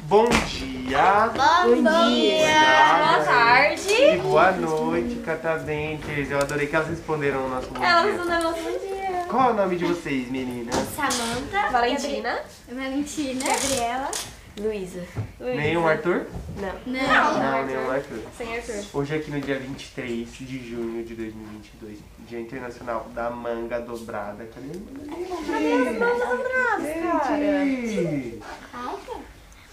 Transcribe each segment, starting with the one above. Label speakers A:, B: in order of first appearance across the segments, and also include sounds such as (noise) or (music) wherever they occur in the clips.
A: Bom dia!
B: Bom
A: Boa
B: dia!
A: E
C: tarde.
A: boa noite, Cataventes. Eu adorei que elas responderam o nosso bom
C: Elas
A: dia.
C: não deram bom dia. Tá.
A: Qual é o nome de vocês, meninas?
B: Samanta,
C: É Valentina.
B: Valentina, Gabriela.
C: Luísa.
A: Nenhum Arthur?
C: Não.
B: Não.
A: Não, nenhum Arthur.
C: Sem Arthur.
A: Hoje é aqui no dia 23 de junho de 2022, Dia Internacional da Manga Dobrada. Cadê a manga
C: Cara,
A: Gente!
B: Calma.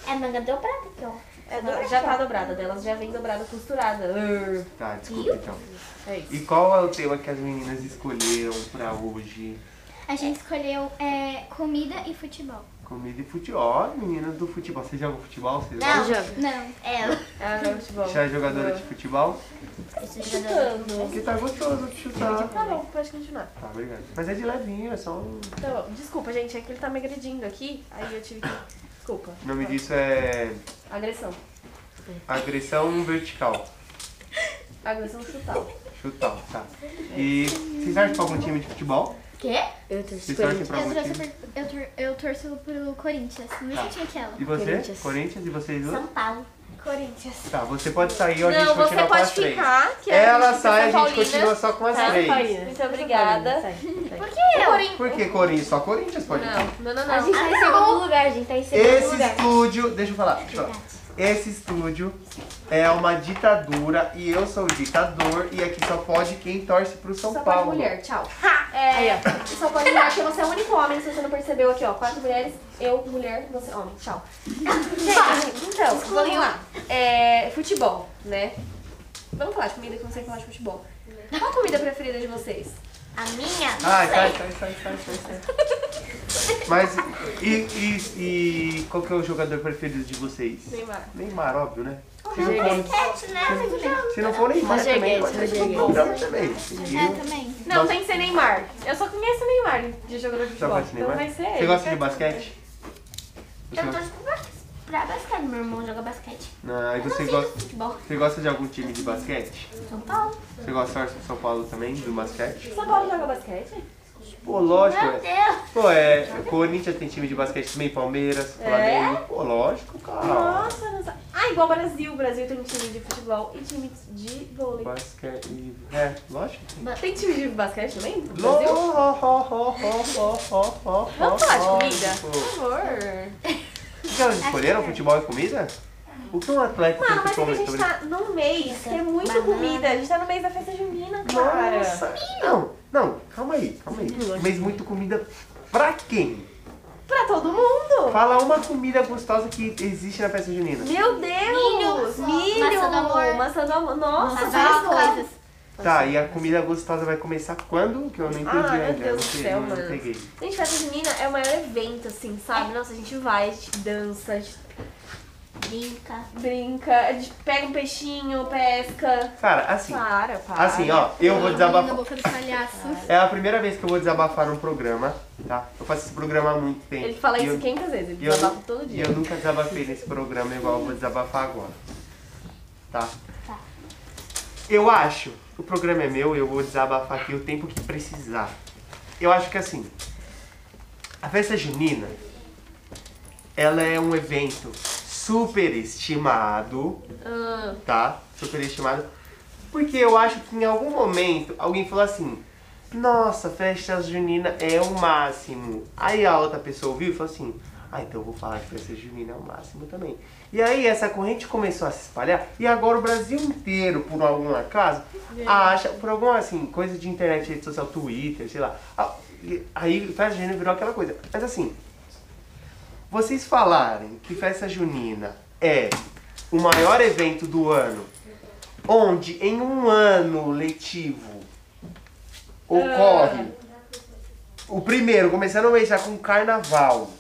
B: É manga dobrada aqui, ó.
C: é do- já tá dobrada delas, já vem dobrada, costurada. Urr.
A: Tá, desculpa então.
C: É isso.
A: E qual é o tema que as meninas escolheram pra hoje?
B: A gente escolheu é, comida e futebol.
A: Comida e futebol. Ó, meninas do futebol. Vocês jogam futebol? Vocês
B: Não,
A: gostam?
B: não. Ela.
C: Ah, joga futebol.
A: Você é jogadora de futebol?
C: Chutando.
A: Porque tá gostoso de chutar.
C: Tá bom, pode continuar.
A: Tá, obrigado. Mas é de levinho, é só um...
C: Tá bom. Desculpa, gente, é que ele tá me agredindo aqui, aí eu tive que... Desculpa.
A: O nome disso é
C: Agressão.
A: agressão vertical.
C: Agressão chutal.
A: Chutar, tá. E vocês torcem pra algum time de futebol?
B: Quê?
D: Eu torço
A: Vocês
D: pra
A: torcem
D: ele.
A: pra
B: Eu
A: algum
B: torço,
A: time?
B: por, eu, tor, eu torço pelo Corinthians, no mesmo
A: Tá.
B: time que ela.
A: E você? Corinthians.
D: Corinthians.
A: E vocês duas?
B: São Paulo. Corinthians.
A: Tá, você pode sair ou a gente
C: Não,
A: continua
C: você
A: com as
C: pode
A: três.
C: ficar, que é
A: Ela
C: gente
A: sai, a
C: são
A: gente continua
C: paulinas.
A: só com as
C: Tá,
A: três.
C: Paulina. Muito obrigada.
B: Por que eu?
A: Por que Corinthians? Só Corinthians pode ficar.
C: Não, não, não,
D: A
C: não.
D: gente tá em segundo lugar, a gente tá em segundo
A: Esse
D: lugar.
A: estúdio, deixa eu
C: É
A: falar, deixa eu falar. Esse estúdio é uma ditadura e eu sou o ditador e aqui só pode quem torce pro São
C: Só pode
A: Paulo.
C: mulher, tchau. É, só pode mulher, porque você é o único homem, se você não percebeu aqui, ó. Quatro mulheres, eu, mulher, você, homem, tchau. Gente, então, vamos lá. É, futebol, né? Vamos falar de comida que eu não sei falar de futebol. Qual a comida preferida de vocês?
B: A minha? Não
A: Ai,
B: sei.
A: sai, sai, sai, sai, sai, sai. Mas e, e, e qual que é o jogador preferido de vocês?
C: Neymar.
A: Neymar, óbvio, né? Se não
D: Rogério
A: for,
B: Basquete, né?
A: se não for Neymar
D: Rogério
A: também,
D: Guedes,
A: pode ser
D: Rogério
A: futebol também.
B: É, também.
C: Não,
A: Nossa.
C: tem que ser Neymar. Eu só conheço Neymar de jogador de
A: Só
C: futebol.
A: gosta de Neymar?
C: Então vai ser
A: Você
C: ele.
A: gosta de basquete? Você
B: Eu
A: gosta-
B: torço pro basquete- pra basquete. Meu irmão joga basquete.
A: Não, e
B: Eu não
A: você
B: sei
A: gosta,
B: do futebol.
A: você gosta de algum time de basquete?
B: São Paulo.
A: Você gosta de torcer pro São Paulo também, do basquete?
C: São Paulo joga basquete?
A: Pô, lógico,
B: Meu
A: é.
B: Deus.
A: Pô, é, Corinthians tem time de basquete também, Palmeiras, Flamengo. Pô, lógico, cara.
C: É? Nossa, nossa. Ah, igual Brasil. O Brasil tem um time de futebol e time de vôlei.
A: Basquete, é, lógico.
C: Tem time de basquete também? no Brasil?
A: Vamos
C: Vamos falar de comida? Por favor.
A: O que elas escolheram? Futebol e comida? O que um atleta
C: É. Mano,
A: tem que
C: mas é que a
A: comer
C: gente
A: sobre
C: tá num mês que é muita
B: Banana.
C: comida. A gente tá no mês da festa junina, cara.
A: Nossa! Não, não, calma aí, calma aí.
C: Hum,
A: Mas muito comida pra quem?
C: Pra todo mundo.
A: Fala uma comida gostosa que existe na festa junina.
C: Meu Deus!
B: Milho.
C: Milho!
B: Maçã do amor.
C: Maçã do amor. Nossa,
B: Nossa,
C: várias
B: várias
C: coisas.
B: coisas.
A: Tá, e a comida gostosa vai começar quando? Que eu não entendi
C: Ah, meu
A: ainda.
C: Deus
A: não
C: do
A: sei,
C: céu,
A: não
C: mano.
A: peguei.
C: Gente, festa junina é o maior evento, assim, sabe? Nossa, a gente vai, a gente dança, a gente
B: Brinca.
C: brinca, a gente pega um peixinho, pesca.
A: Cara, assim,
C: Para, para.
A: assim, ó, eu vou
B: Na
A: desabafar.
B: boca do palhaço.
A: É a primeira vez que eu vou desabafar um programa, tá? Eu faço esse programa há muito tempo.
C: Ele fala
A: E eu-
C: isso 500 vezes, ele
A: E eu,
C: desabafa todo dia.
A: e eu nunca desabafei nesse programa igual eu vou desabafar agora. Tá?
B: Tá.
A: Eu acho, o programa é meu, eu vou desabafar aqui o tempo que precisar. Eu acho que assim, a festa junina, ela é um evento superestimado,
C: Ah,
A: tá? Superestimado. Porque eu acho que em algum momento alguém falou assim, nossa, festa junina é o máximo. Aí a outra pessoa ouviu e falou assim, ah, então eu vou falar que festa junina é o máximo também. E aí essa corrente começou a se espalhar e agora o Brasil inteiro, por algum acaso, acha, por alguma assim, coisa de internet, rede social, Twitter, sei lá. a- Aí festa junina virou aquela coisa. Mas assim, vocês falarem que festa junina é o maior evento do ano, onde em um ano letivo ocorre
C: Ah.
A: o primeiro, começando o mês já com carnaval,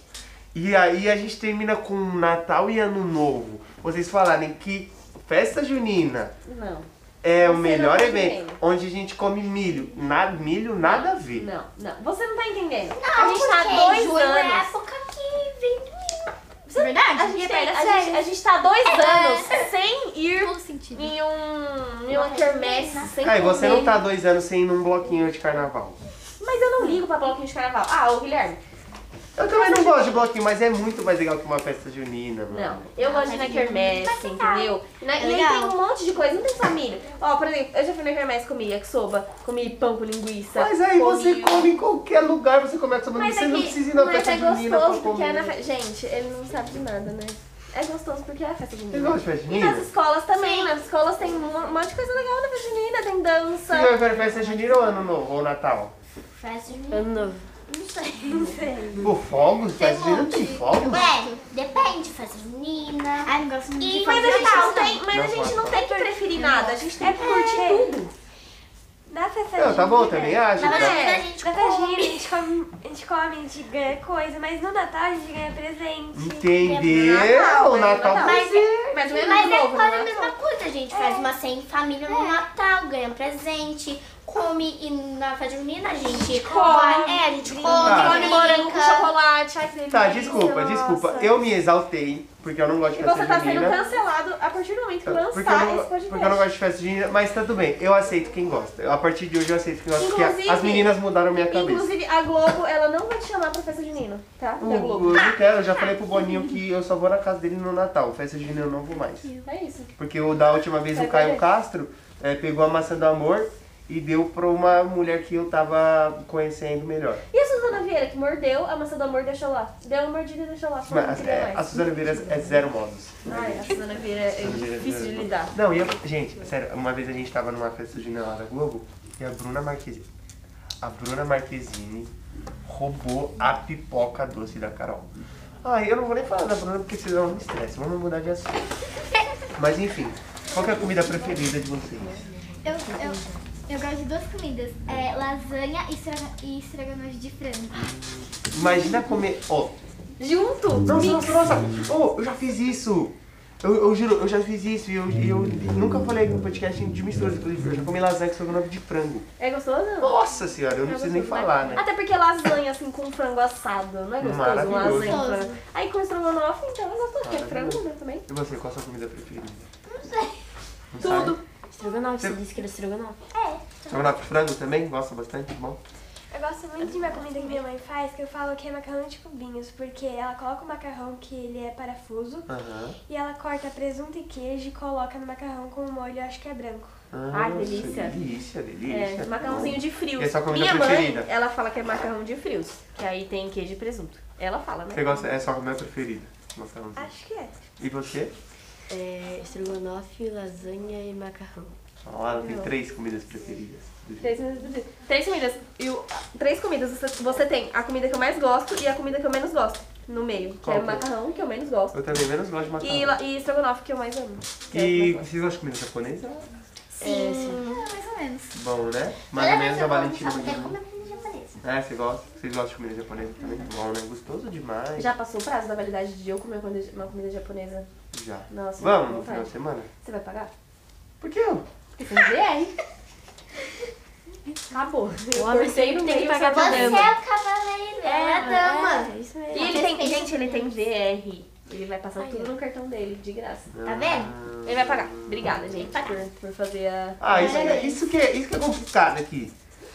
A: e aí a gente termina com Natal e Ano Novo, vocês falarem que festa junina
C: não,
A: é o
C: Você
A: melhor
C: não tá
A: evento,
C: entendendo.
A: onde a gente come milho, na, milho nada a ver.
C: não, não. Você não tá entendendo.
B: Ah,
C: a gente tá há
B: porque
C: dois
B: junho É a
C: anos. É
B: época que vem do milho. Verdade?
C: A gente, tem-
D: perde
C: a,
D: sério.
B: é.
C: gente, a gente tá há dois anos sem ir
D: Todo sentido.
C: em, um, em uma
B: Uma
C: quermesse, sem
A: Aí você não
C: comer.
A: tá há dois anos sem ir num bloquinho de carnaval.
C: Mas eu não ligo pra bloquinho de carnaval. Ah, ô Guilherme.
A: Eu também não gosto de bloquinho, mas é muito mais legal que uma festa junina, mano.
C: Não, eu gosto de ir na quermesse, entendeu? E, na-
D: É
C: e aí
D: legal.
C: tem um monte de coisa, não tem família. Ó, por exemplo, eu já fui na quermesse, comi yakisoba, comi pão com linguiça.
A: Mas aí você
C: comi-
A: come em qualquer lugar, você come essa
C: tá Mas,
A: você
C: é,
A: não
C: que-
A: precisa ir na
C: mas
A: festa
C: é
A: junina pra
C: gostoso porque
A: comer.
C: é na festa. Gente, ele não sabe de nada, né? É gostoso porque é a festa
A: Você
C: junina.
A: gosta de festa
C: E
A: junina?
C: nas escolas também, nas escolas tem um um monte de coisa legal na festa junina, tem dança.
A: Você prefere festa junina ou ano novo ou Natal?
B: Festa de
D: Ano novo.
B: Não sei. Não sei.
A: Por fogos?
C: um
A: Festa junina tem fogos?
B: Ué, depende, festa junina. é Ai, não gosto muito
C: Mas a gente não tem, mas a
A: Não,
C: gente
A: pode,
C: não
A: pode.
C: tem que preferir nada, a
E: É
C: gente tem que curtir tudo. É. Na festa
A: Não, tá bom,
C: junina-
A: também acho.
B: Na
A: tá?
B: verdade, a gente
E: Na festa junina, a
B: come.
E: gente come, a gente come, a gente ganha coisa, mas no Natal a gente ganha presente.
A: Entendeu? O Natal
C: é Natal.
A: mas
C: Mas não é
B: Mas é
C: novo,
B: quase a
C: né?
B: mesma coisa, a gente faz uma ceia em família no Natal, ganha um presente, come e na festa junina a gente
C: Come.
B: vai- É, a gente come,
A: Tá.
C: Come morango com
B: brinca.
C: chocolate, ai, delícia.
A: Tá, desculpa,
C: é Nossa.
A: desculpa. Eu me exaltei, porque eu não gosto de
C: E
A: festa
C: você tá sendo
A: junina.
C: cancelado a partir do momento que
A: Tá, Então, Porque eu,
C: lançar
A: não,
C: esse podcast.
A: porque eu não gosto de festa junina, mas tá tudo bem, eu aceito quem gosta. Eu, A partir de hoje eu aceito quem gosta, porque
C: Inclusive-
A: a- as meninas mudaram minha cabeça.
C: Inclusive, a Globo, ela não vai te chamar pra festa junina, tá? Da
A: O-
C: Globo.
A: o- Eu não quero, eu já falei pro Boninho que eu só vou na casa dele no Natal. Festa junina eu não vou mais.
C: É isso.
A: Porque o da última vez o
C: Vai
A: Caio
C: perder.
A: Castro eh, pegou a maçã do amor e deu pra uma mulher que eu tava conhecendo melhor.
C: E a Suzana Vieira, que mordeu a maçã do amor e deixou lá. Deu uma mordida e deixou lá. falou que não
A: Mas
C: queria
A: eh, a
C: mais.
A: Suzana Vieira é zero modos.
C: Ai, a Suzana Vieira é difícil de lidar.
A: Não, e eu, gente, sério, uma vez a gente tava numa festa de lá da Globo e a Bruna Marquezine. A Bruna Marquezine roubou a pipoca doce da Carol. Ai, eu não vou nem falar da Bruna porque vocês vão me estresse. Vamos mudar de assunto. Mas enfim, qual que é a comida preferida de vocês?
B: Eu, eu, eu gosto de duas comidas, é lasanha e, estraga, e estrogonofe de frango.
A: Imagina comer. Ó,
C: Junto?
A: Nossa, nossa, nossa! Oh, eu já fiz isso! Eu, eu juro, eu já fiz isso e eu, e eu nunca falei no podcast de misturas, inclusive. Eu já comi lasanha com estrogonofe de frango.
C: É gostoso?
A: Nossa senhora, eu não preciso nem falar, né?
C: Até porque lasanha, assim, com frango assado, não é gostoso?
A: Maravilhoso.
C: Lasanha com frango. Aí com estrogonofe, então, é gostoso, porque é
A: Maravilhoso.
C: frango, né, também.
A: E você, qual a sua comida preferida? Não sei.
C: Tudo.
D: Estrogonofe, você disse que era estrogonofe.
A: Estrogonofe de frango também? Gosta bastante? Bom.
E: Eu gosto muito de uma comida que minha mãe faz, que eu falo que é macarrão de cubinhos, porque ela coloca o macarrão que ele é parafuso,
A: Aham.
E: e ela corta presunto e queijo e coloca no macarrão com um molho, acho que é branco.
A: Ah,
C: delícia.
A: Delícia, delícia.
C: É, macarrãozinho de frios.
A: E essa é a comida
C: Minha
A: preferida?
C: mãe, ela fala que é macarrão de frios, que aí tem queijo e presunto. Ela fala, né?
A: Você gosta, é a sua comida preferida? Macarrãozinho.
E: Acho que é.
A: E você?
D: É, estrogonofe, lasanha e macarrão.
A: Ó, ela tem três comidas preferidas.
C: Três comidas. Três comidas. E o- três comidas. Você, você tem a comida que eu mais gosto e a comida que eu menos gosto. No meio. Que
A: Qual
C: é
A: que é?
C: macarrão, que eu menos gosto.
A: Eu também menos gosto de macarrão.
C: E, la- e estrogonofe, que eu mais amo. que é o que eu
A: E
C: mais gosto.
A: vocês gostam de comida japonesa?
D: Sim. É, sim.
B: Mais ou menos.
A: Bom, né? Mais ou menos a Valentina
B: Só que eu
A: Magdalena.
B: como comida japonesa.
A: É, você gosta? Vocês gostam de comida japonesa também? Bom, né? Gostoso demais.
C: Uhum. Já passou o prazo da validade de eu comer comida- uma comida japonesa?
A: Já.
C: Nossa,
A: Vamos
C: vontade.
A: no final de semana?
C: Você vai pagar?
A: Por que eu?
C: Porque você não GR. Acabou.
D: O
C: Eu
D: homem
C: cortei no
D: sempre tem que
C: meio.
D: pagar
C: só-
D: tudo.
B: Você é
D: Dama.
B: o cavaleiro, ela é a dama.
D: É, isso mesmo.
C: E ele tem, gente, ele tem VR. Ele vai passar tudo no cartão dele, de graça.
B: Tá vendo?
C: Ele vai pagar. Obrigada, gente,
A: Tá.
C: por, por fazer a...
A: Ah, isso, é, isso, que, é- isso que é complicado aqui.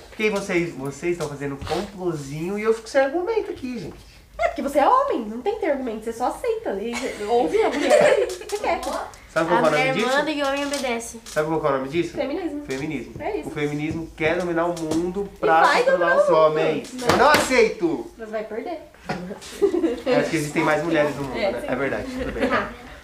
A: Porque aí vocês vocês estão fazendo complozinho e eu fico sem argumento aqui, gente.
C: É, porque você é homem, não tem que ter argumento, você só aceita. E (laughs) ouve a mulher, fica quieto.
A: Sabe qual
D: A
A: é o nome
D: mulher
A: disso?
D: manda e o homem obedece.
A: Sabe qual é o nome disso?
C: Feminismo.
A: Feminismo.
C: É isso.
A: O feminismo quer dominar o mundo pra
C: vai
A: controlar
C: dominar
A: os
C: o mundo.
A: homens. Eu não aceito!
C: Mas vai perder.
A: É porque existem mais mulheres no mundo,
C: É,
A: né?
C: sim.
A: É verdade, tudo bem.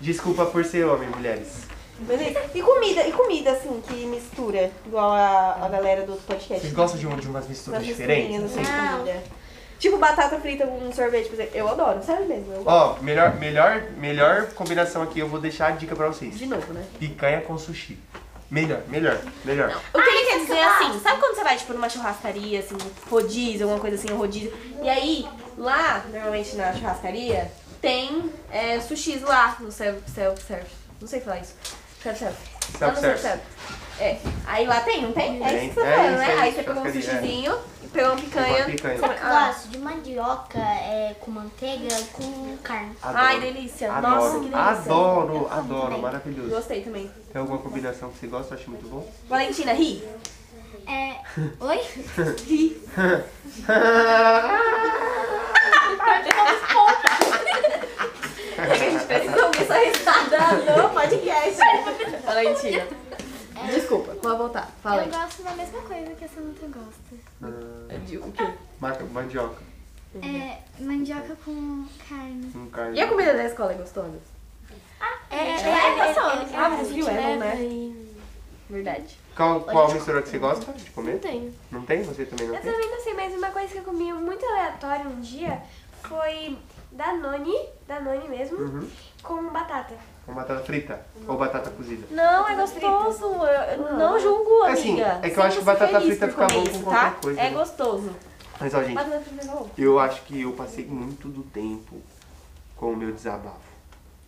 A: Desculpa por ser homem, mulheres.
C: Beleza. E comida, e comida assim, que mistura, igual a, a galera do outro podcast.
A: Vocês gostam de, um- de umas misturas
C: Das misturinhas,
A: diferentes?
C: assim, de comida. Tipo batata frita com sorvete, por exemplo. Eu adoro, sério mesmo. Eu...
A: Ó, melhor, melhor, melhor combinação aqui, eu vou deixar a dica pra vocês.
C: De novo, né?
A: Picanha com sushi. Melhor, melhor, melhor.
C: O que ele quer dizer é assim, sabe quando você vai, tipo, numa churrascaria, assim, rodízio, alguma coisa assim, rodízio, e aí, lá, normalmente na churrascaria, tem é, sushis lá no self-serve, não sei falar isso, self-serve. Lá no
A: Self-service.
C: self-serve. É. Aí lá tem, não tem? É
A: Tem,
C: isso que você tá
A: é
C: falando,
A: isso
C: né?
A: aí,
C: Aí você pegou um
A: churrascaria, é.
C: sushizinho e pegou uma picanha.
A: Uma picanha.
B: Sabe o que eu
C: Ah.
B: gosto? De mandioca é, com manteiga e com carne.
C: Ai, delícia.
A: Adoro,
C: Nossa, que delícia.
A: adoro, adoro, maravilhoso.
C: Gostei também.
A: Tem alguma combinação que você gosta? Eu acho muito bom. (laughs)
C: Valentina, ri.
B: É. Oi?
C: Ri. É que a gente precisa ouvir essa risada no (laughs) podcast. Valentina. Desculpa, vou voltar. Fala aí.
E: Eu gosto da mesma coisa que a Samanta gosta. Ah.
C: O quê?
A: Maca- Mandioca
E: É mandioca com carne.
A: com carne.
C: E a comida da escola é gostosa?
B: É, é, é,
C: Ah, mas viu, é bom,
D: Leva
C: né?
D: e-
C: Verdade.
A: Qual, qual mistura que você gosta de comer?
D: Não tenho.
A: Não tem? Você também não
E: Eu
A: tem?
E: também não sei, mas uma coisa que eu comi muito aleatório um dia foi Danone, Danone mesmo,
A: Uhum.
E: com batata. Uhum.
A: Ou batata frita? Ou batata cozida?
C: Não, é gostoso. Eu eu não julgo,
A: Assim,
C: amiga.
A: é que eu
C: Sempre
A: acho que
C: fui
A: batata
C: feliz
A: frita
C: por
A: fica
C: comer
A: bom com
C: isso,
A: qualquer
C: tá?
A: coisa, né?
C: É gostoso.
A: Mas ó, gente,
C: Batata frita é bom.
A: eu acho que eu passei muito do tempo com o meu desabafo.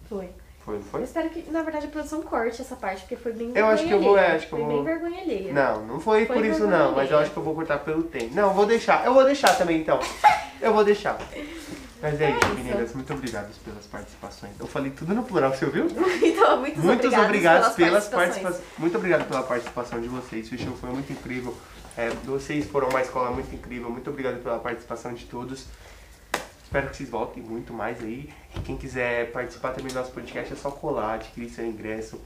C: Foi.
A: Foi, não
C: Eu
A: foi?
C: espero que, na verdade, a produção corte essa parte, porque foi bem
A: Eu acho que eu vou,
C: vergonha
A: é, acho que eu
C: alheia.
A: vou-
C: Foi bem vergonha alheia.
A: Não, não foi,
C: Foi
A: por isso
C: vergonha
A: não, mas eu
C: alheia.
A: acho que eu vou cortar pelo tempo. Não, vou deixar, eu vou deixar também então. Eu vou deixar. Mas é isso, meninas, muito obrigado pelas participações. Eu falei tudo no plural, você ouviu?
C: (laughs) Então, muitos,
A: Muitos
C: obrigados,
A: obrigados
C: pelas,
A: pelas
C: participações.
A: participações. Muito obrigado pela participação de vocês. O show foi muito incrível. É, vocês foram uma escola muito incrível. Muito obrigado pela participação de todos. Espero que vocês voltem muito mais aí. E quem quiser participar também do nosso podcast é só colar, adquirir seu ingresso.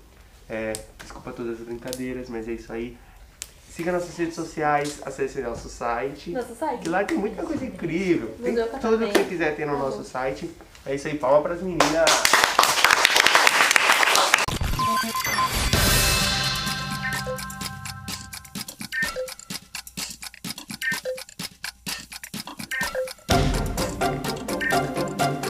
A: É, desculpa todas as brincadeiras, mas é isso aí. Siga nossas redes sociais, acesse nosso site.
C: Nosso site?
A: Que lá tem muita coisa incrível. Tem
C: Mudou pra
A: tudo que
C: também.
A: você quiser tem no nosso site. É isso aí, palma pras meninas.